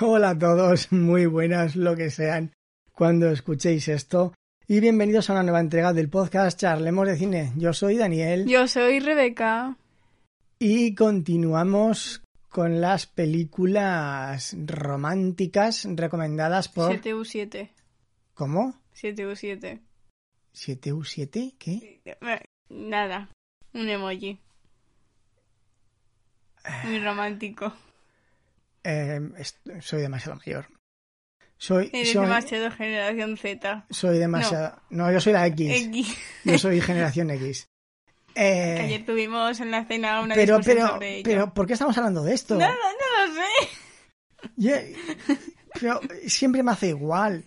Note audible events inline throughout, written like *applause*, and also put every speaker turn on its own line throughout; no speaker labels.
Hola a todos, *laughs* muy buenas lo que sean cuando escuchéis esto y bienvenidos a una nueva entrega del podcast Charlemos de Cine. Yo soy Daniel
Yo soy Rebeca.
y continuamos con las películas románticas recomendadas por...
7U7.
¿Cómo?
7U7.
¿7U7? ¿Qué?
Nada. Un emoji. Muy romántico.
Eh, est- soy demasiado mayor. Soy,
Eres
soy,
demasiado generación Z.
soy demasiado... No. yo soy la
Eh,
X.
X.
Yo soy generación
*laughs*
X. Eh,
Ayer tuvimos en la cena una
pero,
discusión
pero,
sobre ello.
pero, ¿por qué estamos hablando de esto?
Nada, no lo sé.
Yo- pero siempre me hace igual.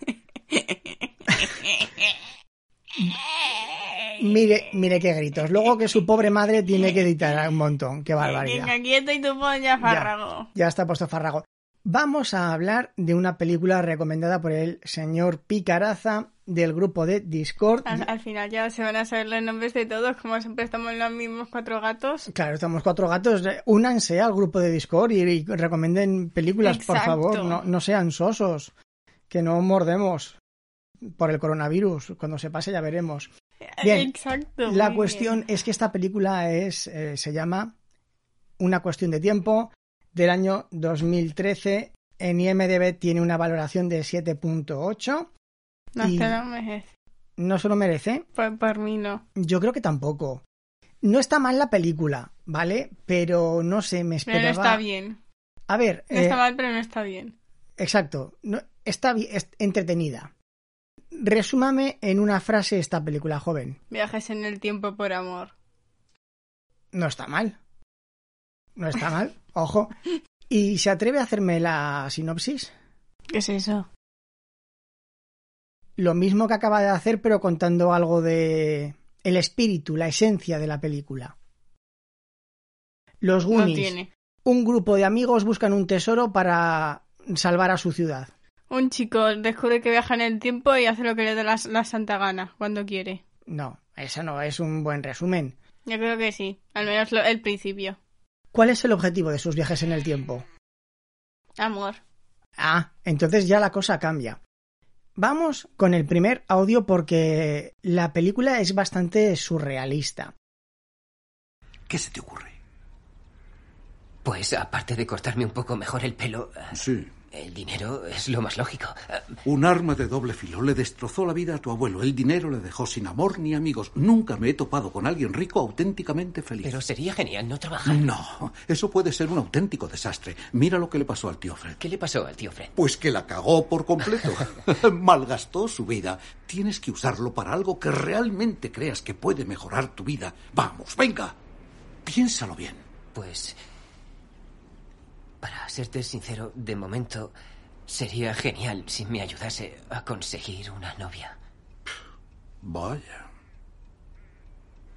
Mire, mire qué gritos. Luego que su pobre madre tiene que editar un montón. Qué barbaridad.
Venga, quieto y tú pon ya fárrago.
Ya está puesto farrago. Vamos a hablar de una película recomendada por el señor Picaraza del grupo de Discord.
Al, al final ya se van a saber los nombres de todos, como siempre estamos los mismos cuatro gatos.
Claro, estamos cuatro gatos. eh, Únanse al grupo de Discord y, y recomienden películas, por
Exacto.
favor. No, no sean sosos. Que no mordemos por el coronavirus. Cuando se pase ya veremos. Bien,
Exacto. muy
La
bien.
cuestión es que esta película es, eh, se llama Una cuestión de tiempo del año 2013. En IMDB tiene una valoración de 7.8.
No,
y-
te lo mereces.
No se lo merece,
Por, por mí no.
Yo creo que tampoco. No está mal la película, ¿vale? Pero no sé, me
Pero
esperaba.
no está bien.
A ver,
No
eh,
está mal, pero no está bien.
exacto. No, está bi- es entretenida. Resúmame en una frase esta película, joven.
Viajes en el tiempo por amor.
No está mal. No está mal, ojo. ¿Y se atreve a hacerme la sinopsis?
¿Qué es eso?
Lo mismo que acaba de hacer, pero contando algo de el espíritu, la esencia de la película. Los
No
Goonies.
tiene.
un grupo de amigos buscan un tesoro para salvar a su ciudad.
Un chico descubre que viaja en el tiempo y hace lo que le da la, la santa gana, cuando quiere.
No, eso no es un buen resumen.
Yo creo que sí. Al menos lo- el principio.
¿Cuál es el objetivo de sus viajes en el tiempo?
Amor.
Ah, entonces ya la cosa cambia. Vamos con el primer audio porque la película es bastante surrealista.
¿Qué se te ocurre?
Pues aparte de cortarme un poco mejor el pelo, eh,
Sí.
el dinero es lo más lógico.
Un arma de doble filo le destrozó la vida a tu abuelo. El dinero le dejó sin amor ni amigos. Nunca me he topado con alguien rico auténticamente feliz.
Pero sería genial no
Mm.
trabajar.
No, eso puede ser un auténtico desastre. Mira lo que le pasó al tío Fred.
¿Qué le pasó al tío Fred?
Pues que la cagó por completo. Malgastó su vida. Tienes que usarlo para algo que realmente creas que puede mejorar tu vida. Vamos, venga. Piénsalo bien.
Pues... Para serte sincero, de momento sería genial si me ayudase a conseguir una novia.
Vaya.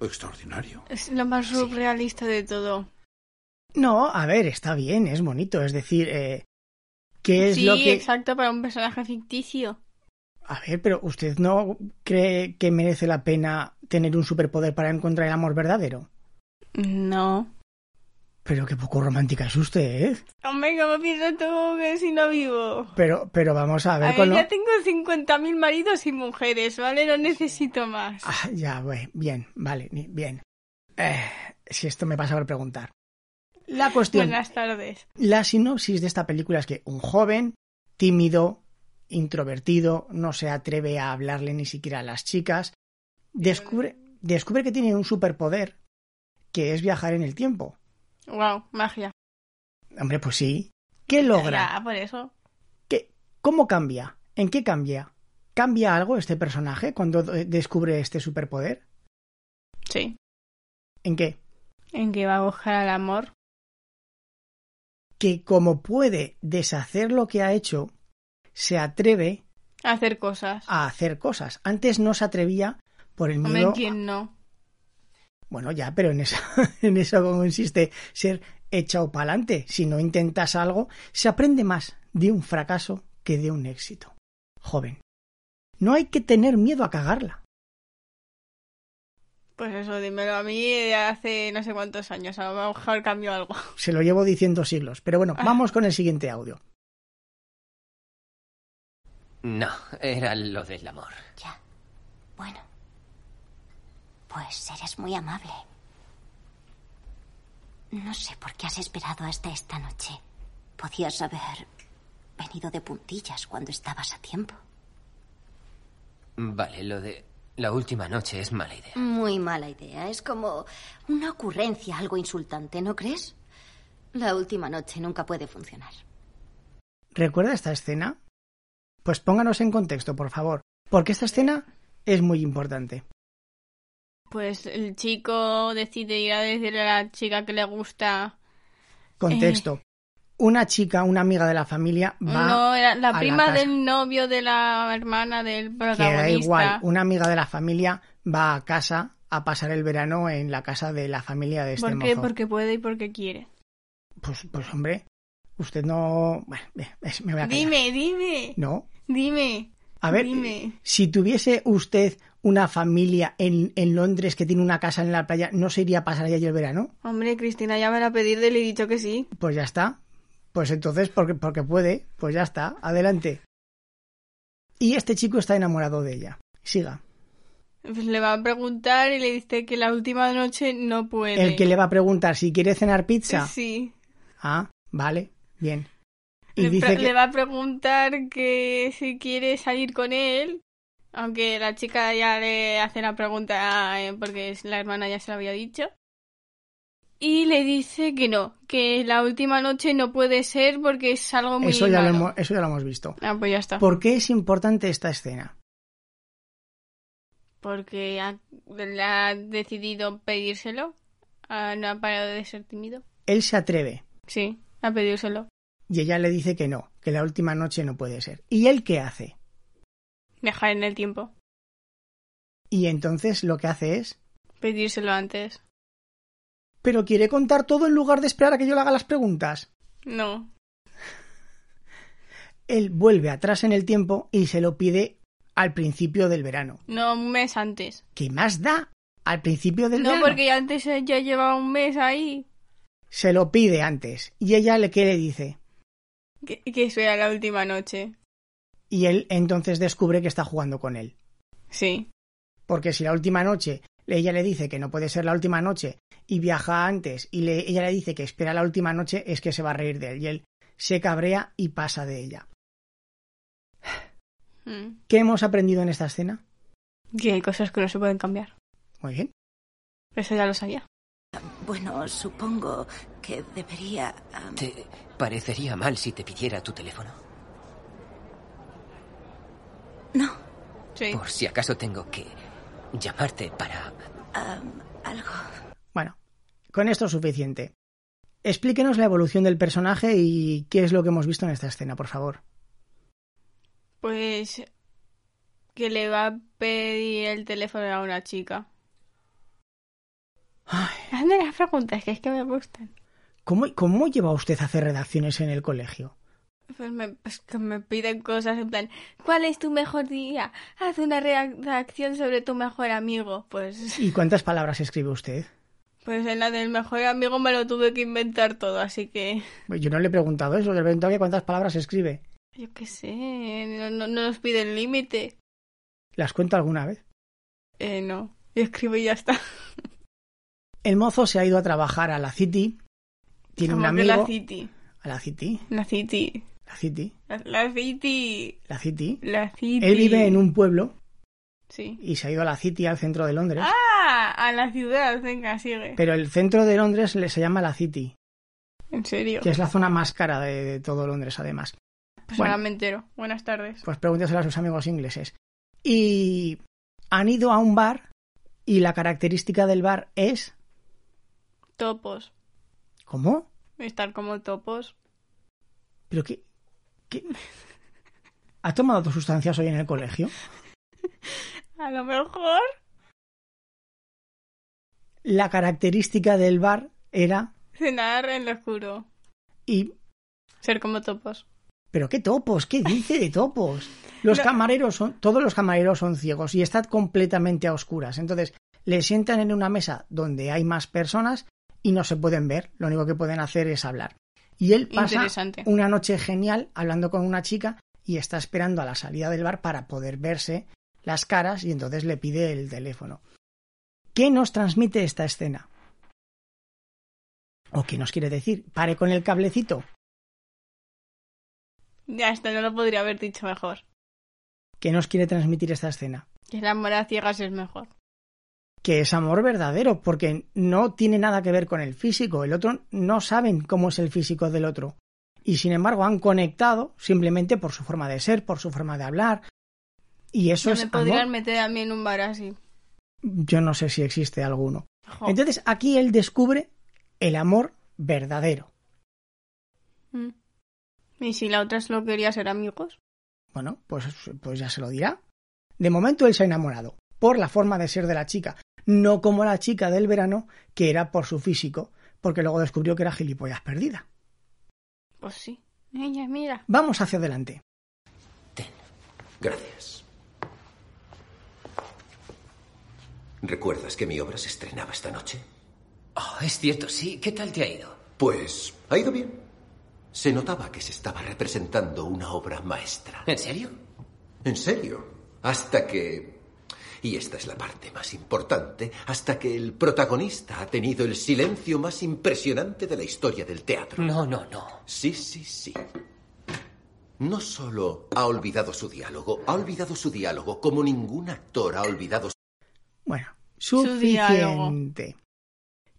Extraordinario.
Es lo más surrealista de todo.
No, a ver, está bien, es bonito, es decir, eh, ¿qué es
sí,
lo que...
exacto, para un personaje ficticio.
A ver, pero ¿usted no cree que merece la pena tener un superpoder para encontrar el amor verdadero?
No.
Pero qué poco romántica es usted, ¿eh?
Hombre, ¿cómo piensas tú que si no vivo?
Pero, pero vamos a
A
ver
ver,
con lo...
ya tengo 50.000 maridos y mujeres, ¿vale? No necesito más.
Ah, ya, güey, bien, vale, ni- bien. Eh, si esto me pasa por preguntar. La cuestión,
Buenas tardes.
la sinopsis de esta película es que un joven, tímido, introvertido, no se atreve a hablarle ni siquiera a las chicas, descubre, descubre que tiene un superpoder, que es viajar en el tiempo.
Wow, magia.
Hombre, pues sí. ¿Qué logra?
Ya, por eso.
¿Qué- ¿Cómo cambia? ¿En qué cambia? ¿Cambia algo este personaje cuando eh, descubre este superpoder?
Sí.
¿En qué?
En que va a buscar al amor.
que como puede deshacer lo que ha hecho, se atreve
A hacer cosas.
a hacer cosas. Antes no se atrevía por el
Hombre,
miedo.
¿quién no?
Bueno, ya, pero en eso, *laughs* en eso consiste ser echado para adelante. Si no intentas algo, se aprende más de un fracaso que de un éxito. Joven, no hay que tener miedo a cagarla.
Pues eso, dímelo a mí de hace no sé cuántos años. A lo mejor cambió algo. *laughs*
Se lo llevo diciendo siglos. Pero bueno,
Ah.
vamos con el siguiente audio.
No, era lo del amor.
Ya. Bueno. Pues eres muy amable. No sé por qué has esperado hasta esta noche. Podías haber venido de puntillas cuando estabas a tiempo.
Vale, lo de la última noche es mala idea.
Muy mala idea. Es como una ocurrencia, algo insultante, ¿no crees? La última noche nunca puede funcionar.
¿Recuerda esta escena? Pues pónganos en contexto, por favor, porque esta escena es muy importante.
Pues el chico decide ir a decirle a la chica que le gusta.
Contexto. Una chica, una amiga de la familia, va
Eh. no, era
a
la
la
prima
casa.
del novio de la hermana del
que da
protagonista.
igual, una amiga de la familia va a casa a pasar el verano en la casa de la familia de este
¿Por qué?
mozo.
Porque puede y porque quiere.
Pues, pues hombre, usted no. Bueno, ve, ves, me voy a callar.
Dime, dime,
No.
dime.
A ver, eh.
Dime.
si tuviese usted una familia en, en Londres que tiene una casa en la playa, ¿no se iría a pasar allí el verano?
Hombre, Cristina ya me la pedirle y le he dicho que sí.
Pues ya está. Pues entonces, porque, porque puede, pues ya está. Adelante. Y este chico está enamorado de ella. Siga.
Pues le va a preguntar y le dice que la última noche no puede.
El que le va a preguntar si quiere cenar pizza.
Sí.
Ah, vale, bien. Y
Le, pre-
dice que...
le va a preguntar que si quiere salir con él. Aunque la chica ya le hace la pregunta eh, porque es- la hermana ya se lo había dicho. Y le dice que no, que la última noche no puede ser porque es algo muy
eso, ya lo
malo.
hemos, eso ya lo hemos visto.
Ah, pues ya está.
¿Por qué es importante esta escena?
Porque ha, le ha decidido pedírselo. Ah, no ha parado de ser tímido.
Él se atreve
Sí, a pedírselo.
y ella le dice que no, que la última noche no puede ser. ¿Y él qué hace?
Viajar en el tiempo.
Y entonces lo que hace es...
Pedírselo antes.
Pero quiere contar todo en lugar de esperar a que yo le haga las preguntas.
No.
Él vuelve atrás en el tiempo y se lo pide al principio del verano.
No, un mes antes.
¿Qué más da? Al principio del
No,
verano.
porque ya antes eh, ya llevaba un mes ahí.
Se lo pide antes. ¿Y ella le qué le dice?
Que, que eso era la última noche.
Y él entonces descubre que está jugando con él.
Sí.
Porque si la última noche ella le dice que no puede ser la última noche y viaja antes y le- ella le dice que espera la última noche, es que se va a reír de él. Y él se cabrea y pasa de ella.
Mm.
¿Qué hemos aprendido en esta escena?
Que hay cosas que no se pueden cambiar.
Muy bien.
Eso ya lo sabía.
Bueno, supongo que debería... am,
Te parecería mal si te pidiera tu teléfono.
no,
Sí.
Por si acaso tengo que llamarte para...
am, algo.
Bueno, con esto es suficiente. Explíquenos la evolución del personaje y qué es lo que hemos visto en esta escena, por favor.
Pues que le va a pedir el teléfono a una chica. *laughs*
Ay,
Hazme las preguntas, que es que me gustan.
¿cómo, ¿Cómo lleva usted a hacer redacciones en el colegio?
Pues, me, pues que me piden cosas en plan, ¿cuál es tu mejor día? Haz una redacción sobre tu mejor amigo. Pues,
¿Y cuántas palabras escribe usted?
pues en la del mejor amigo me lo tuve que inventar todo, así que...
Yo no le he preguntado eso, le he preguntado que cuántas palabras escribe.
Yo qué sé, no, no, no nos piden límite.
¿Las cuento alguna vez?
Eh, no. Yo escribo y ya está.
El mozo se ha ido a trabajar a la City. Tiene
Como
un
que
amigo.
la City.
A la City.
La City.
La City.
La, la City.
La City.
La City.
Él vive en un pueblo
Sí.
y se ha ido a la City, al centro de Londres.
¡Ah! A la ciudad. Venga, sigue.
Pero el centro de Londres le se llama la City,
En serio.
que es la zona más cara de, de todo Londres, además.
Pues
bueno.
ahora me entero. Buenas tardes.
Pues pregúntaselo a sus amigos ingleses. Y han ido a un bar y la característica del bar es.
Topos.
¿Cómo?
Estar como topos.
¿Pero qué? qué? ¿Ha tomado tus sustancias hoy en el colegio?
A lo mejor.
La característica del bar era.
Cenar en lo oscuro.
Y
Ser como topos.
¿Pero qué topos? ¿Qué dice de topos? Los
No.
camareros son, todos los camareros son ciegos y están completamente a oscuras. Entonces, le sientan en una mesa donde hay más personas y no se pueden ver. Lo único que pueden hacer es hablar. Y él pasa
Interesante.
una noche genial hablando con una chica y está esperando a la salida del bar para poder verse las caras y entonces le pide el teléfono. ¿Qué nos transmite esta escena? ¿O qué nos quiere decir? Pare con el cablecito,
Ya esto no lo podría haber dicho mejor.
¿Qué nos quiere transmitir esta escena?
Que el amor a ciegas es mejor.
Que es amor verdadero, porque no tiene nada que ver con el físico. El otro no saben cómo es el físico del otro. Y sin embargo han conectado simplemente por su forma de ser, por su forma de hablar. Y eso
Ya
es
me podrían
amor.
meter a mí en un bar así.
Yo no sé si existe alguno.
Jo.
Entonces aquí él descubre el amor verdadero.
Mm. Y si la otra solo quería ser amigos.
Bueno, pues, pues ya se lo dirá. De momento él se ha enamorado por la forma de ser de la chica, no como la chica del verano que era por su físico, porque luego descubrió que era gilipollas perdida.
Pues sí. Ella, mira.
Vamos hacia adelante.
Gracias. ¿Recuerdas que mi obra se estrenaba esta noche?
Oh, es cierto, sí. ¿Qué tal te ha ido?
Pues ha ido bien. Se notaba que se estaba representando una obra maestra.
¿En serio?
En serio. Hasta que... Y esta es la parte más importante, hasta que el protagonista ha tenido el silencio más impresionante de la historia del teatro.
No, no, no.
Sí, sí, sí. No solo ha olvidado su diálogo, ha olvidado su diálogo como ningún actor ha olvidado
Bueno,
diálogo.
suficiente.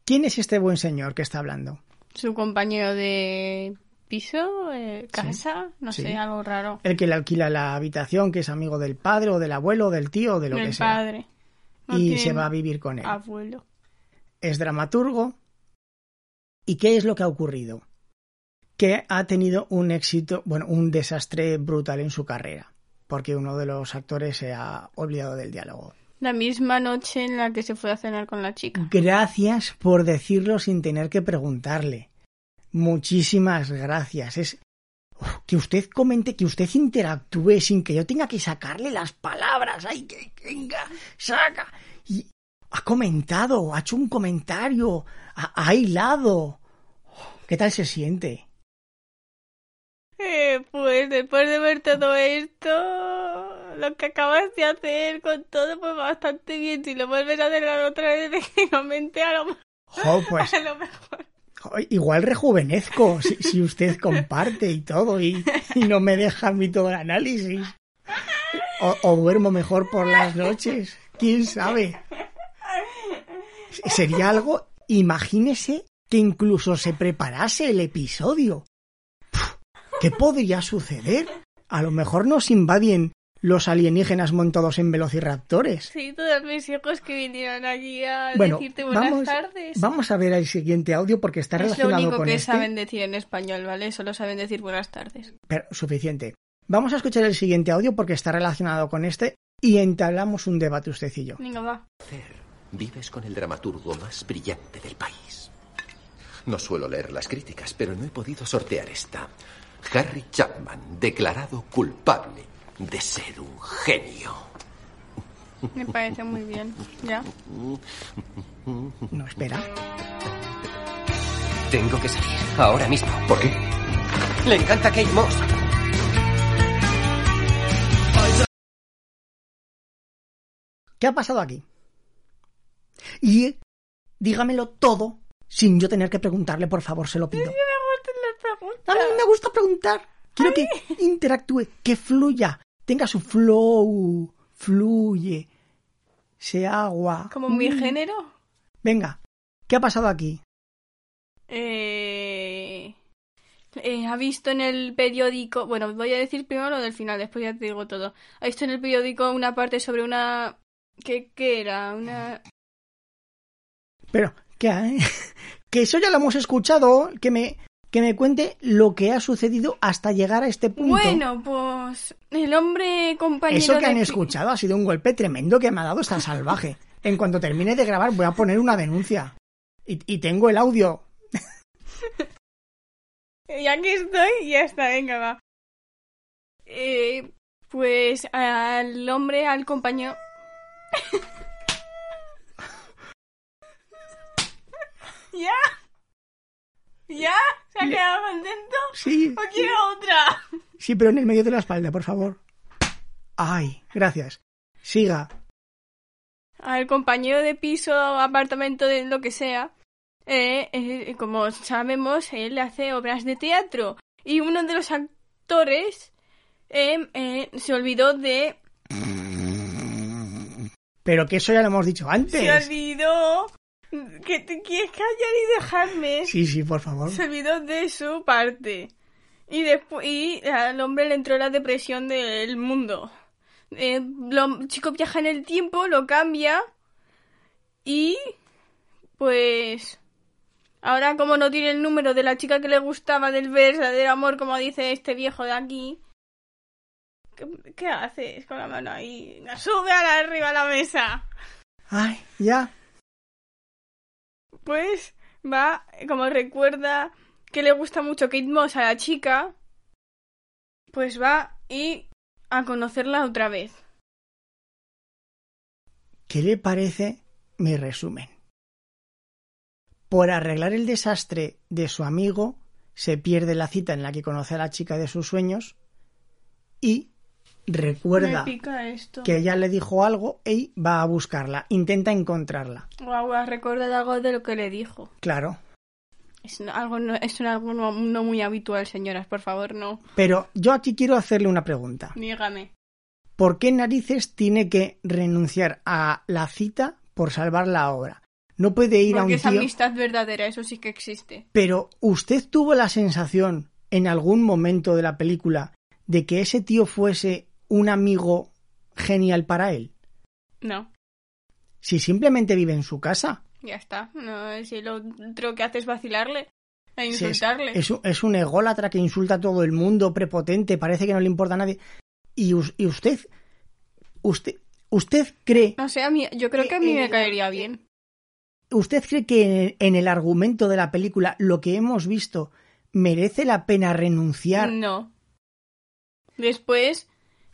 ¿Quién es este buen señor que está hablando?
Su compañero de piso, eh, casa, no
sí.
sé, algo raro.
El que le alquila la habitación, que es amigo del padre o del abuelo o del tío o de lo
el
que sea.
padre. No
y
tiene Ah.
se va a vivir con él.
Abuelo.
es dramaturgo. ¿Y qué es lo que ha ocurrido? Que ha tenido un éxito, bueno, un desastre brutal en su carrera, porque uno de los actores se ha olvidado del diálogo.
La misma noche en la que se fue a cenar con la chica.
Mm. Gracias por decirlo sin tener que preguntarle. Muchísimas gracias. Es Uf, que usted comente, que usted interactúe sin que yo tenga que sacarle las palabras. Ay, que venga, saca. Y ha comentado, ha hecho un comentario, ha, ha hilado. ¿Qué tal se siente?
Eh, pues después de ver todo esto, lo que acabas de hacer con todo, pues bastante bien. Si lo vuelves a hacer la otra vez, *laughs* definitivamente a lo,
Jo, pues
a lo mejor.
jo, igual rejuvenezco si, si usted comparte y todo y, y no me deja a mí todo el análisis. O, o duermo mejor por las noches. ¿Quién sabe? Sería algo, imagínese que incluso se preparase el episodio. Puf, ¿Qué podría suceder? A lo mejor nos invaden los alienígenas montados en velociraptores.
Sí, todos mis hijos que vinieron aquí a
Bueno,
decirte buenas
vamos,
tardes.
vamos a ver el siguiente audio porque está
es lo
relacionado
único
con
que
este.
saben decir en español, ¿vale? Solo saben decir buenas tardes.
Pero suficiente. Vamos a escuchar el siguiente audio porque está relacionado con este y entablamos un debate usted y yo.
Venga, va.
hacer. Vives con el dramaturgo más brillante del país. No suelo leer las críticas, pero no he podido sortear esta. Harry Chapman, declarado culpable de ser un genio.
Me parece muy bien. Ya.
No, espera.
Tengo que salir. Ahora mismo.
¿Por qué?
Le encanta Kate Moss.
¿Qué ha pasado aquí? Y dígamelo todo sin yo tener que preguntarle, por favor, se lo pido. A mí me gusta preguntar. Quiero que interactúe, que fluya, tenga su flow, fluye, se agua.
Como mi género.
Venga, ¿qué ha pasado aquí?
Eh, eh, ha visto en el periódico, bueno, voy a decir primero lo del final, después ya te digo todo. Ha visto en el periódico una parte sobre una... ¿Qué, qué era? Una...
Pero, ¿qué? hay? *laughs* que eso ya lo hemos escuchado, que me, que me cuente lo que ha sucedido hasta llegar a este punto.
Bueno, pues el hombre compañero...
eso que
de
han
pi-
escuchado ha sido un golpe tremendo que me ha dado esta salvaje. En cuanto termine de grabar voy a poner una denuncia. Y, y tengo el audio.
Y aquí estoy y ya está, venga, va. Eh, pues al hombre, al compañero... *laughs* ¡Ya! ¿Ya? ¿Se ha quedado contento?
Sí,
¡O quiero otra!
sí, pero en el medio de la espalda, por favor. Ay, gracias. Siga.
al compañero de piso, apartamento, de lo que sea, eh, eh, como sabemos, él hace obras de teatro. Y uno de los actores eh, eh, se olvidó de...
Pero que eso ya lo hemos dicho
Se
antes.
olvidó... Que te quieres callar y dejarme.
Sí, sí, por favor.
Se olvidó de su parte. Y después y al hombre le entró la depresión del mundo. Eh, lo- el chico viaja en el tiempo, lo cambia y pues ahora como no tiene el número de la chica que le gustaba del verdadero amor, como dice este viejo de aquí. ¿Qué, qué haces con la mano ahí? Sube a la- arriba a la mesa.
Ay, ya.
Pues va, como recuerda que le gusta mucho Kate Moss a la chica, pues va y a conocerla otra vez.
¿Qué le parece mi resumen? Por arreglar el desastre de su amigo, se pierde la cita en la que conoce a la chica de sus sueños y recuerda
Me pica esto.
que ella le dijo algo y va a buscarla, intenta encontrarla.
Guau, has recordado algo de lo que le dijo.
Claro,
Es un- algo, no, es un, algo no, no muy habitual, señoras, por favor, no.
pero yo aquí quiero hacerle una pregunta.
Dígame.
¿Por qué narices tiene que renunciar a la cita por salvar la obra? No puede ir a
Porque
un
esa
tío...
amistad verdadera, eso sí que existe.
Pero ¿usted tuvo la sensación en algún momento de la película de que ese tío fuese un amigo genial para él?
No,
Si simplemente vive en su casa.
ya está. No, si lo otro que hace es vacilarle e
Si es-
insultarle.
Es, un- es un ególatra que insulta a todo el mundo, prepotente, parece que no le importa a nadie. Y, us- y usted, usted, usted cree,
No sé, a mí, yo
Eh,
creo que a mí me caería bien.
usted cree que en el, en el argumento de la película lo que hemos visto merece la pena renunciar.
No. Después,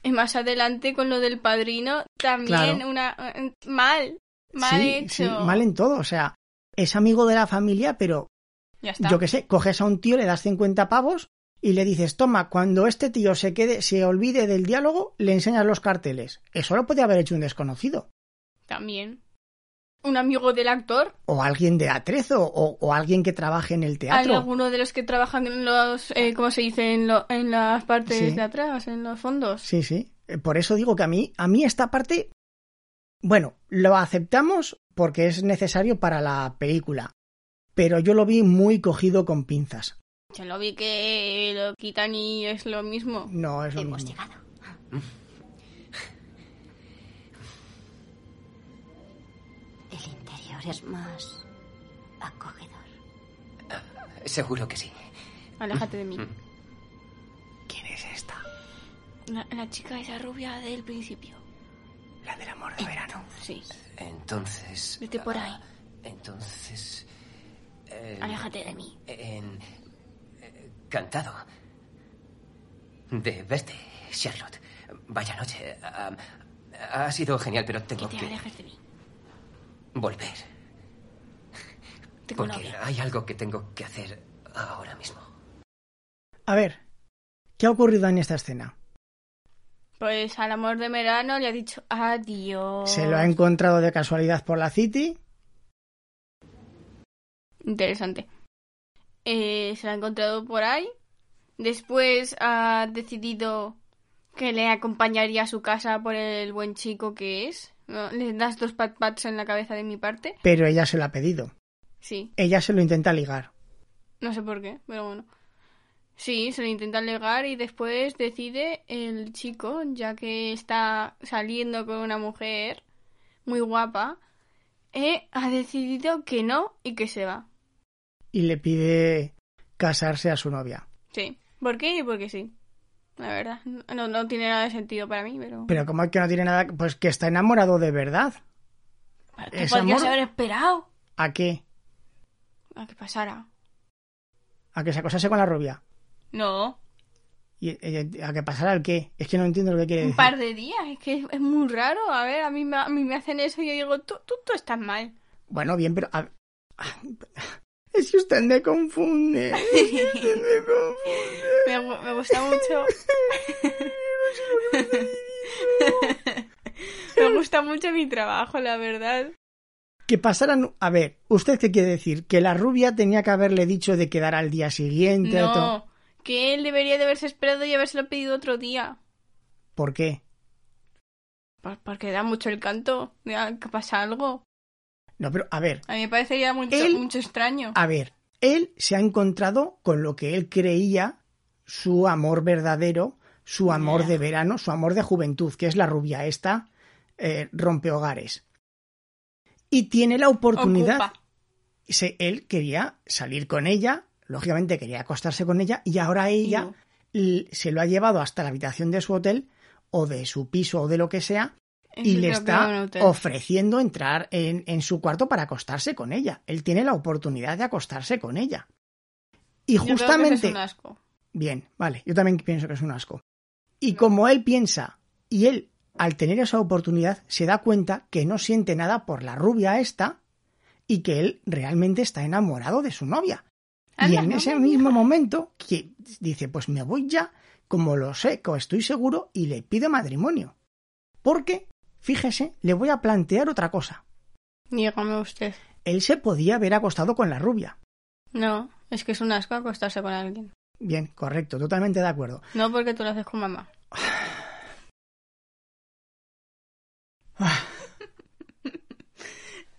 eh, más adelante con lo del padrino, también
Claro.
una eh, mal, mal
Sí,
hecho.
sí, mal en todo, o sea, es amigo de la familia, pero
Ya está.
yo qué sé, coges a un tío, le das 50 pavos y le dices, toma, cuando este tío se quede, se olvide del diálogo, le enseñas los carteles. Eso lo podía haber hecho un desconocido.
También. Un amigo del actor,
O alguien de atrezo, o, o alguien que trabaje en el
hay
teatro.
alguno de los que trabajan en los, eh, ¿cómo se dice? En, lo- en las partes
Sí.
de atrás, en los fondos.
Sí, sí. Eh, Por eso digo que a mí, a mí esta parte, bueno, lo aceptamos porque es necesario para la película. Pero yo lo vi muy cogido con pinzas.
Yo lo vi que lo quitan y es lo mismo.
No es lo
Hemos
mismo.
llegado. El interior es más acogedor.
Seguro que sí.
Aléjate de mí.
¿Quién es esta?
La, la chica esa rubia del principio.
La del amor de verano.
Sí.
Entonces. ah,
Vete por ahí.
Entonces. eh,
Aléjate de mí.
En. eh, Cantado. De verte, Charlotte. Vaya noche. ah, ha sido genial, pero
Que
tengo
te
que
alejes de mí.
volver.
Tengo
Porque
novio.
hay algo que tengo que hacer ahora mismo.
A ver, ¿qué ha ocurrido en esta escena?
Pues al amor de verano le ha dicho adiós.
Se lo ha encontrado de casualidad por la City.
Interesante. Eh, se lo ha encontrado por ahí. Después ha decidido que le acompañaría a su casa por el buen chico que es. ¿no? Le das dos pat pats en la cabeza de mi parte.
Pero ella se lo ha pedido.
Sí,
Ella se lo intenta ligar.
no sé por qué, pero bueno. Sí, se lo intenta legar y después decide el chico, ya que está saliendo con una mujer muy guapa, eh, ha decidido que no y que se va.
Y le pide casarse a su novia.
Sí. ¿Por qué? Porque sí. La verdad. No, no tiene nada de sentido para mí, pero.
Pero como es que no tiene nada... Pues que está enamorado de verdad.
Tú
¿es
podrías
amor?
haber esperado
¿A qué?
a que pasara.
¿A que se acosase con la rubia?
No.
¿Y, eh, ¿A que pasara el qué? Es que no entiendo lo que quiere
Un
decir.
par de días. Es que es, es muy raro. A ver, a mí, me, a mí me hacen eso y yo digo, tú, tú, tú estás mal.
Bueno, bien, pero... a- *laughs* Es que usted me
*laughs*
confunde. Usted me confunde.
Me, gu- me gusta mucho.
*laughs*
me gusta mucho mi trabajo, la verdad.
Que pasaran. A ver, ¿usted qué quiere decir? ¿Que la rubia tenía que haberle dicho de quedar al día siguiente? o todo?
No, que él debería de haberse esperado y habérselo pedido otro día.
¿Por qué?
Por- Porque da mucho el canto. Ya, Que pasa algo.
No, pero a ver,
A mí me parecería mucho,
Él-
mucho extraño.
a ver. Él se ha encontrado con lo que él creía su amor verdadero, su amor de verano, su amor de juventud, que es la rubia esta, eh, rompehogares. Y tiene la oportunidad.
Ocupa.
se- él quería salir con ella, lógicamente quería acostarse con ella, y ahora ella
no.
l- se lo ha llevado hasta la habitación de su hotel o de su piso o de lo que sea y
Eso
le
creo que era un
está
hotel.
ofreciendo entrar en, en su cuarto para acostarse con ella. Él tiene la oportunidad de acostarse con ella. Y
Yo creo que eso
justamente...
es un asco.
Bien, vale, yo también pienso que es un asco. Y como él piensa, y él, al tener esa oportunidad, se da cuenta que no siente nada por la rubia esta y que él realmente está enamorado de su novia. Y
Anda,
en
no
ese
me
mismo
digas.
momento que dice, pues me voy ya, como lo sé, como estoy seguro, y le pido matrimonio. Porque, fíjese, le voy a plantear otra cosa.
Dígame usted.
Él se podía haber acostado con la rubia.
No, es que es un asco acostarse con alguien.
Bien, correcto, totalmente de acuerdo.
No porque tú lo haces con mamá. *laughs*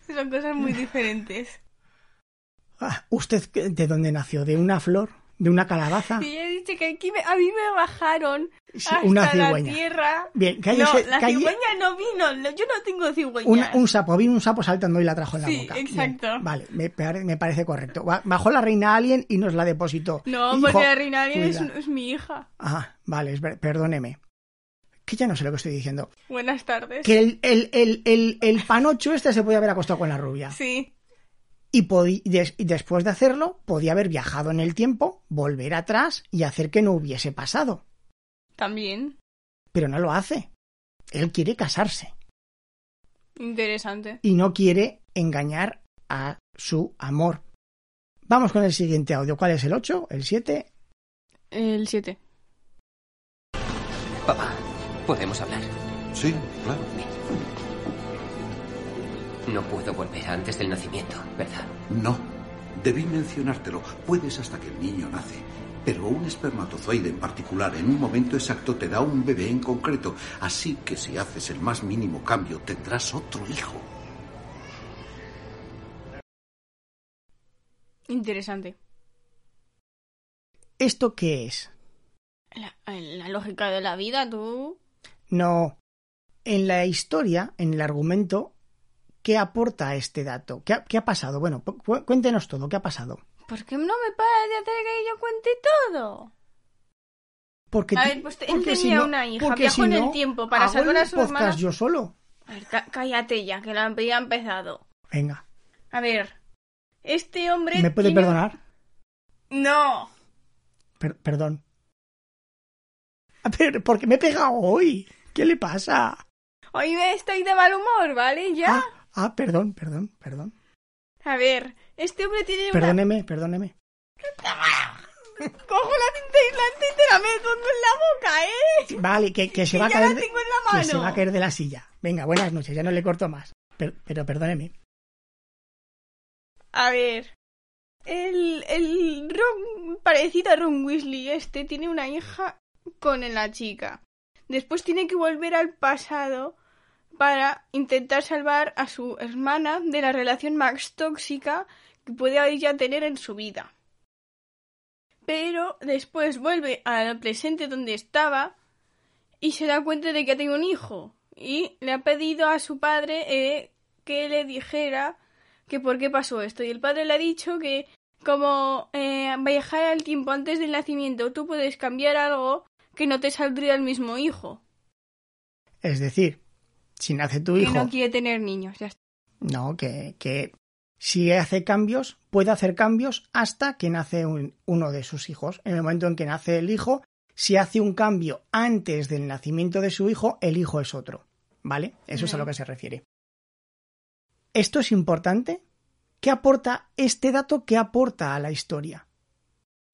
Son cosas muy diferentes.
Ah, ¿Usted qué- de dónde nació? ¿De una flor? ¿De una calabaza?
Y he dicho que aquí me- a mí me bajaron
Ah. Sí,
hasta
una
la
cigüeña.
tierra.
Bien, cállese,
no, la
calle-
cigüeña no vino. no, Yo no tengo cigüeña.
una- un sapo, vino un sapo saltando y la trajo en la
Sí,
boca. Bien,
exacto.
vale, me, pare- me parece correcto. Ba- Bajó la reina alien y nos la depositó.
No, pues
Hijo,
porque la reina alien es,
cuida.
es mi hija.
Ah, vale, es ver- perdóneme. Que ya no sé lo que estoy diciendo.
Buenas tardes.
Que el, el, el, el, el panocho este se podía haber acostado con la rubia.
Sí,
Y, podi- y des- y después de hacerlo, podía haber viajado en el tiempo, volver atrás y hacer que no hubiese pasado.
también.
Pero no lo hace. Él quiere casarse.
Interesante.
y no quiere engañar a su amor. Vamos con el siguiente audio. ¿Cuál es el 8? ¿El 7?
El 7.
Papá, podemos hablar.
Sí, claro.
No puedo volver antes del nacimiento, ¿verdad?
No, debí mencionártelo. Puedes hasta que el niño nace. Pero un espermatozoide en particular en un momento exacto te da un bebé en concreto. Así que si haces el más mínimo cambio tendrás otro hijo.
Interesante.
¿Esto qué es?
La, la lógica de la vida, tú.
No. En la historia, en el argumento, ¿qué aporta este dato? ¿Qué ha, qué ha pasado? Bueno, pu- cu- cuéntenos todo. ¿Qué ha pasado?
¿Por qué no me paras de hacer que yo cuente todo?
Porque
A
tú-
ver, pues te- él
porque
tenía una hija,
porque
viajó en el
no,
tiempo para
hago
salvar a
el
su
podcast
hermana.
yo solo.
A ver, ca- cállate ya, que la ya ha empezado.
Venga,
A ver, este hombre.
¿me puede
tiene-
perdonar?
No,
Per- perdón. A ver, porque me he pegado hoy. ¿Qué le pasa?
hoy me estoy de mal humor, ¿vale? Ya.
Ah, ah, perdón, perdón, perdón.
A ver, este hombre tiene una.
Perdóneme, perdóneme.
Cojo la tinta aislante y te la meto en la boca, ¿eh?
Vale, que,
*laughs*
que se
Que
va a
ya
caer.
la
de-
tengo en la
Que se
mano.
va a caer de la silla. Venga, buenas noches, ya no le corto más. Per- pero perdóneme.
A ver. El, el Ron, parecido a Ron Weasley, este tiene una hija con la chica. Después tiene que volver al pasado para intentar salvar a su hermana de la relación más tóxica que puede ella tener en su vida. Pero después vuelve al presente donde estaba y se da cuenta de que tiene un hijo. Y le ha pedido a su padre eh, que le dijera que por qué pasó esto. Y el padre le ha dicho que como eh, viajar al tiempo antes del nacimiento, tú puedes cambiar algo que no te saldría el mismo hijo.
Es decir, si nace tu
que
hijo.
no quiere tener niños. Ya está.
No, que, que si hace cambios, puede hacer cambios hasta que nace un- uno de sus hijos. En el momento en que nace el hijo, si hace un cambio antes del nacimiento de su hijo, el hijo es otro. ¿Vale? Eso es a lo
Vale.
que se refiere. ¿Esto es importante? ¿Qué ¿Qué aporta este dato? ¿Qué aporta a la historia?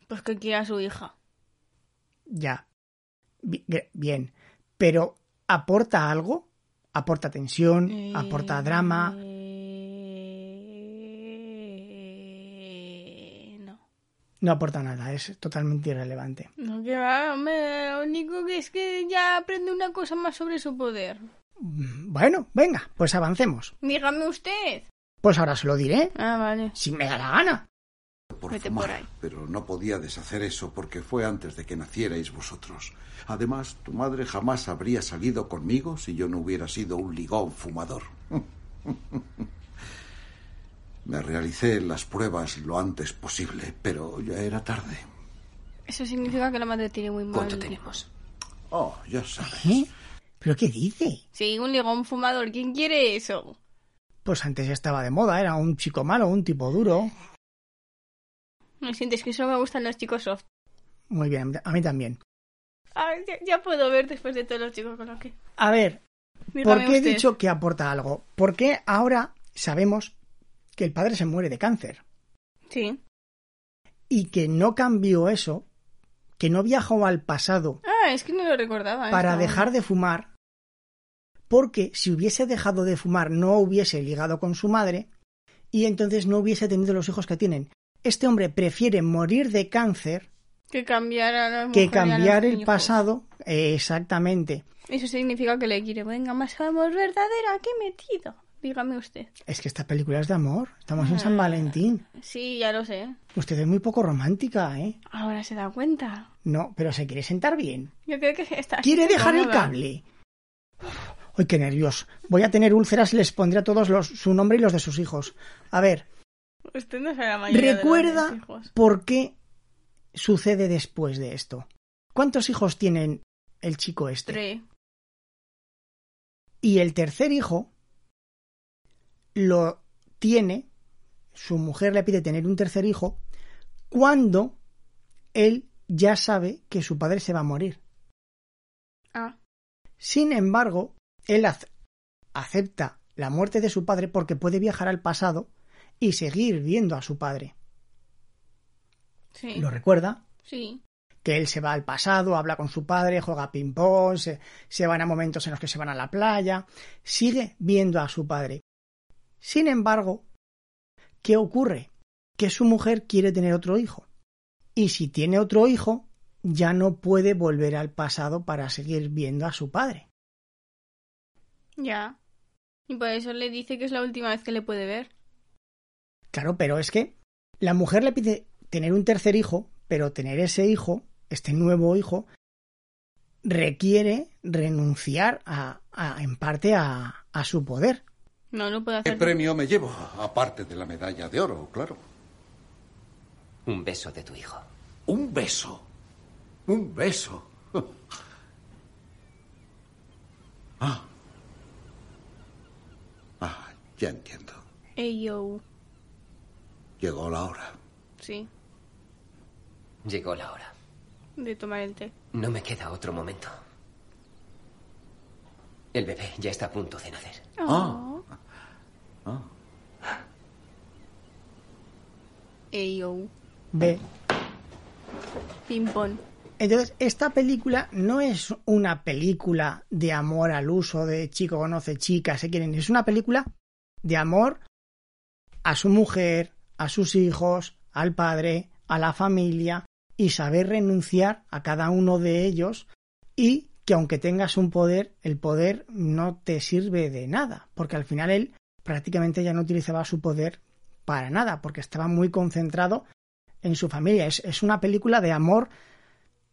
Pues que quiera a su hija.
Ya. Bi- gre- Bien. Pero ¿aporta algo? ¿Aporta tensión? ¿Aporta drama?
Eh, No.
No aporta nada, es totalmente irrelevante.
No, que va, hombre, lo único que es que ya aprende una cosa más sobre su poder.
Mm, Bueno, venga, pues avancemos.
Dígame usted.
Pues ahora se lo diré,
Ah, vale.
si me da la gana.
por
Vete
fumar,
por ahí.
pero no podía deshacer eso porque fue antes de que nacierais vosotros. Además, tu madre jamás habría salido conmigo si yo no hubiera sido un ligón fumador. *laughs* Me realicé las pruebas lo antes posible, pero ya era tarde.
Eso significa que la madre tiene muy mal.
¿Cuánto tenemos?
Oh, ya sabes.
¿Eh? ¿Pero qué dice?
Sí, un ligón fumador. ¿Quién quiere eso?
Pues antes estaba de moda, era un chico malo, un tipo duro.
Me sientes que solo me gustan los chicos soft.
Muy bien, a mí también.
Ah, ya, ya puedo ver después de todos los chicos con los que.
A ver, ¿por
Dígame
qué he
usted.
dicho que aporta algo? Porque ahora sabemos que el padre se muere de cáncer.
Sí.
y que no cambió eso, que no viajó al pasado
Ah, es que no lo recordaba.
para
esto.
dejar de fumar, porque si hubiese dejado de fumar no hubiese ligado con su madre y entonces no hubiese tenido los hijos que tienen. Este hombre prefiere morir de cáncer
Que cambiar a la
que
mujer y a los
cambiar el
hijos.
pasado. Eh, exactamente.
Eso significa que le quiere. Venga, más amor verdadera. ¡Qué metido! Dígame usted.
Es que esta película es de amor. Estamos en
Ah.
San Valentín.
Sí, ya lo sé.
Usted es muy poco romántica, ¿eh?
Ahora se da cuenta.
No, pero se quiere sentar bien.
Yo creo que está.
quiere dejar el
cómoda.
cable. Ay, qué nervios. Voy a tener úlceras, les pondré a todos los, su nombre y los de sus hijos. A ver,
Usted no sabe la mayoría de los
recuerda
hijos.
por qué sucede después de esto. ¿Cuántos hijos tienen el chico este?
Tres.
Y el tercer hijo lo tiene, su mujer le pide tener un tercer hijo, cuando él ya sabe que su padre se va a morir.
Ah,
Sin embargo, él ac- acepta la muerte de su padre porque puede viajar al pasado y seguir viendo a su padre.
sí.
Lo recuerda
Sí.
que él se va al pasado, habla con su padre, juega ping-pong, se, se van a momentos en los que se van a la playa, sigue viendo a su padre. Sin embargo, ¿qué ocurre? Que su mujer quiere tener otro hijo. Y si tiene otro hijo, ya no puede volver al pasado para seguir viendo a su padre.
Ya. Y por eso le dice que es la última vez que le puede ver.
Claro, pero es que la mujer le pide tener un tercer hijo, pero tener ese hijo, este nuevo hijo, requiere renunciar a, a- en parte a, a su poder.
No lo puede
¿Qué
hacer.
premio me llevo? Aparte de la medalla de oro, claro.
Un beso de tu hijo.
Un beso. Un beso. Ah. Ah, ya entiendo.
Ey, yo.
Llegó la hora.
Sí.
Llegó la hora.
De tomar el té.
No me queda otro momento. El bebé ya está a punto de nacer.
Ah.
Oh.
Ah.
Ey, yo.
Ve.
Ping-pong.
Entonces, esta película no es una película de amor al uso, de chico conoce chica, se quieren. Es una película de amor a su mujer, a sus hijos, al padre, a la familia y saber renunciar a cada uno de ellos y que aunque tengas un poder, el poder no te sirve de nada, porque al final él prácticamente ya no utilizaba su poder para nada, porque estaba muy concentrado en su familia. Es, es una película de amor,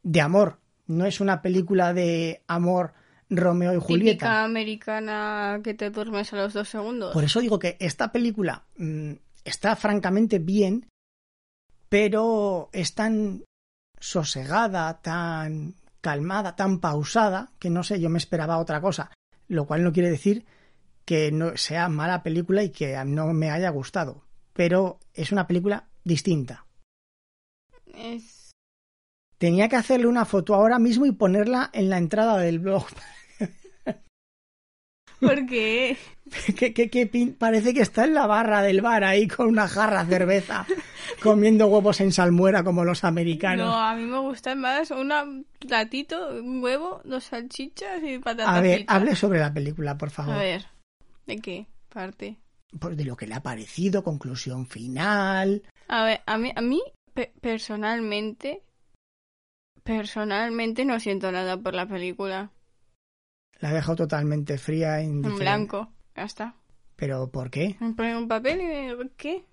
de amor, no es una película de amor Romeo y Julieta.
Típica americana que te duermes a los dos segundos.
Por eso digo que esta película mm, está francamente bien, pero es tan sosegada, tan calmada, tan pausada, que no sé, yo me esperaba otra cosa. Lo cual no quiere decir que no sea mala película y que a- no me haya gustado, pero es una película distinta.
Es...
Tenía que hacerle una foto ahora mismo y ponerla en la entrada del blog. *laughs*
Porque
que, que- que pin- parece que está en la barra del bar ahí con una jarra de
*laughs*
cerveza, comiendo huevos en salmuera como los americanos.
no, a mí me gustan más un platito, un huevo, dos salchichas y patatas.
a ver,
fritas.
hable sobre la película, por
A
favor.
ver, ¿de qué parte?
Pues de lo que le ha parecido, conclusión final.
A ver, a mí, a mí pe- personalmente, personalmente no siento nada por la película.
La ha dejado totalmente fría e
En
indiferente.
blanco, ya está.
¿Pero por qué?
Me ponen un papel y me- ¿qué?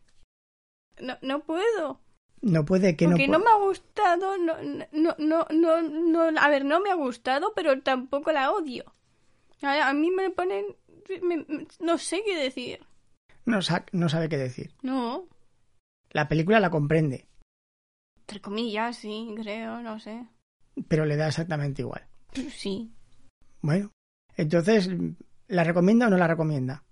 No, no puedo.
No puede que
Porque no,
no. pu-
me ha gustado, no, no, no, no, no- a ver, no me ha gustado, pero tampoco la odio. A, a mí me ponen, me- me- no sé qué decir.
no sa- no sabe qué decir.
No,
La película la comprende,
entre comillas, sí, creo, no sé.
pero le da exactamente igual.
Sí,
Bueno, entonces, ¿la recomienda o no la recomienda?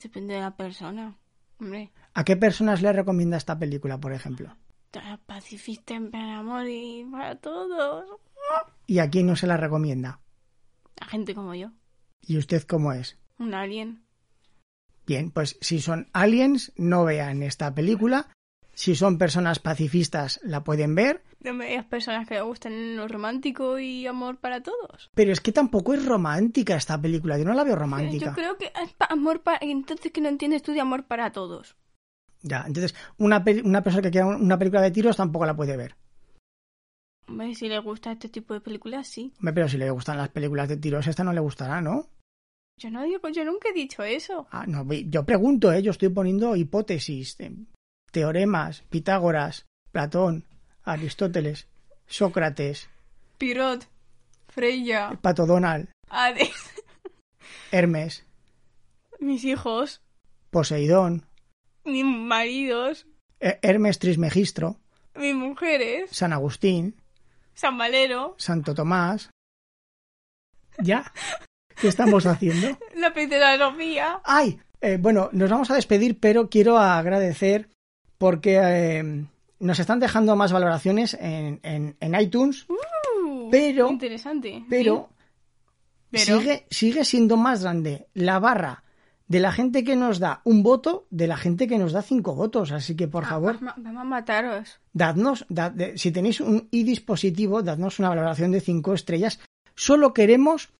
depende de la persona. Hombre,
¿A qué personas le recomienda esta película, por ejemplo?
tra- pacifista en plan amor y para todos.
¿Y a quién no se la recomienda?
A gente como yo,
¿Y usted cómo es?
un alien.
Bien, pues si son aliens, no vean esta película. Si son personas pacifistas, la pueden ver.
De medias personas que le gustan lo romántico y amor para todos.
Pero es que tampoco es romántica esta película. Yo no la veo
Yo
romántica.
creo que es pa- amor para... Entonces que no entiendes tú de amor para todos.
Ya, entonces, una, peli- una persona que quiera una película de tiros tampoco la puede ver.
Hombre, si le gusta este tipo de películas, sí.
Hombre, pero si le gustan las películas de tiros, esta no le gustará, ¿no?
Yo no digo, yo nunca he dicho eso.
Ah, no, vi- yo pregunto, ¿eh? yo estoy poniendo hipótesis, eh, teoremas, Pitágoras, Platón, Aristóteles, Sócrates,
Pirot, Freya,
Pato Donald,
Hades, *laughs*
Hermes,
mis hijos,
Poseidón,
mis maridos,
eh, Hermes Trismegistro,
mis mujeres,
San Agustín,
San Valero,
Santo Tomás. ¿Ya? ¿Qué estamos
*laughs*
haciendo?
la princesa Sofía.
¡Ay! Eh, bueno, nos vamos a despedir, pero quiero agradecer porque eh, nos están dejando más valoraciones en, en- en iTunes,
Uh,
Pero-
Interesante.
pero
Sí, pero-
Sigue, sigue siendo más grande la barra de la gente que nos da un voto de la gente que nos da cinco votos. Así que, por
Ah,
favor,
vamos a- Vamos a mataros.
dadnos, dad- de- si tenéis un i dispositivo, dadnos una valoración de cinco estrellas. Solo queremos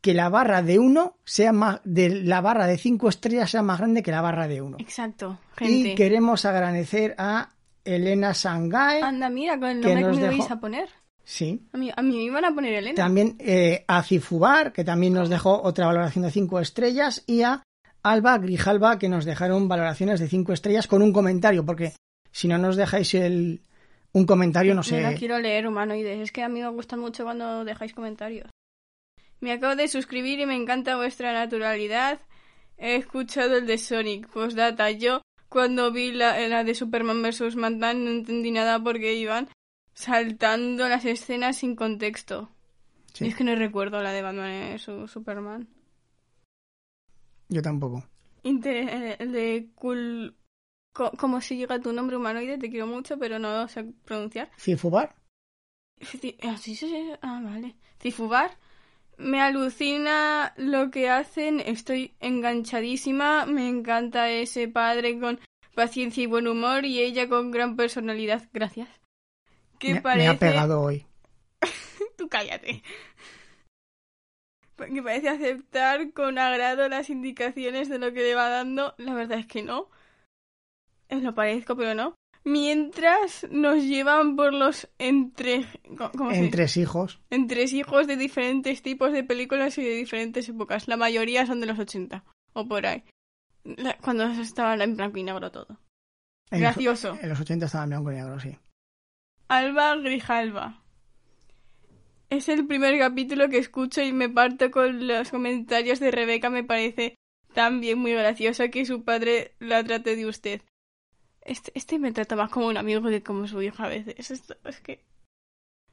que la barra de uno sea más, de la barra de cinco estrellas sea más grande que la barra de uno.
Exacto,
Y
gente.
queremos agradecer a Elena Sangae.
Anda, mira, con el
que
nombre que
nos
me
dejó-
vais a poner.
Sí,
A mí, a mí me iban a poner Elena.
También eh, a Cifubar, que también nos dejó otra valoración de 5 estrellas, y a Alba Grijalba, que nos dejaron valoraciones de 5 estrellas con un comentario, porque si no nos dejáis el, un comentario, no sé.
No, quiero leer humanoides. Es que a mí me gusta mucho cuando dejáis comentarios. Me acabo de suscribir y me encanta vuestra naturalidad. He escuchado el de Sonic. Postdata, yo cuando vi la, la de Superman vs. Batman no entendí nada porque iban saltando las escenas sin contexto.
Sí,
Y es que no recuerdo la de Batman vs. Superman.
Yo tampoco.
Inter- eh, el de Kul... co- ¿Cómo se llega tu nombre humanoide? Te quiero mucho, pero no lo sé pronunciar.
Cifubar,
Ci- Así se... Ah, vale. Cifubar. Me alucina lo que hacen. Estoy enganchadísima. Me encanta ese padre con paciencia y buen humor y ella con gran personalidad. Gracias.
me,
Que
me
parece...
ha pegado
*laughs*
hoy.
Tú cállate. Que parece aceptar con agrado las indicaciones de lo que le va dando. La verdad es que no. Os lo parezco, pero no. Mientras nos llevan por los entre... ¿cómo- cómo se dice?
Tres hijos.
hijos de diferentes tipos de películas y de diferentes épocas. La mayoría son de los 80 o por ahí. La- Cuando estaban en blanco y negro todo.
En los-
Gracioso.
En los 80 estaba en blanco y negro, sí.
Alba Grijalba. Es el primer capítulo que escucho y me parto con los comentarios de Rebeca. Me parece también muy gracioso que su padre la trate de usted. Este, este me trata más como un amigo que como su hijo a veces. Esto- es que.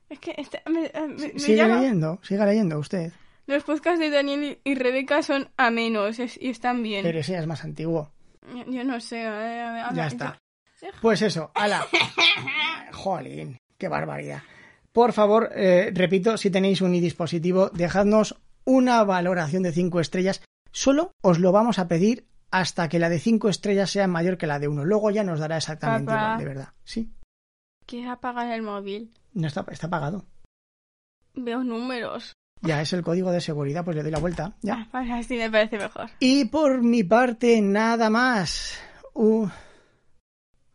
Es que este- me, me- me
Sigue
llama-
leyendo, sigue leyendo usted.
Los podcasts de Daniel y y Rebeca son amenos es- y están bien.
Pero ese ya es más antiguo.
Yo, yo no sé. a ver, a ver, a
Ya
ver,
está.
yo-
Pues eso,
*laughs*
ala. Jolín, qué barbaridad. Por favor, eh, repito, si tenéis un dispositivo, dejadnos una valoración de 5 estrellas. Solo os lo vamos a pedir hasta que la de cinco estrellas sea mayor que la de uno. Luego ya nos dará exactamente
Papá.
igual, de verdad. Sí,
¿Quieres apagar el móvil?
no está, está pagado.
Veo números.
Ya es el código de seguridad, pues le doy la vuelta. Ya.
Ah, vale, *laughs* así me parece mejor.
Y por mi parte, nada más. Uh,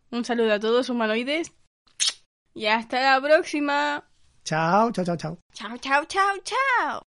Un saludo a todos, humanoides. Y hasta la próxima.
chao, chao, chao, chao.
Chao, chao, chao, chao.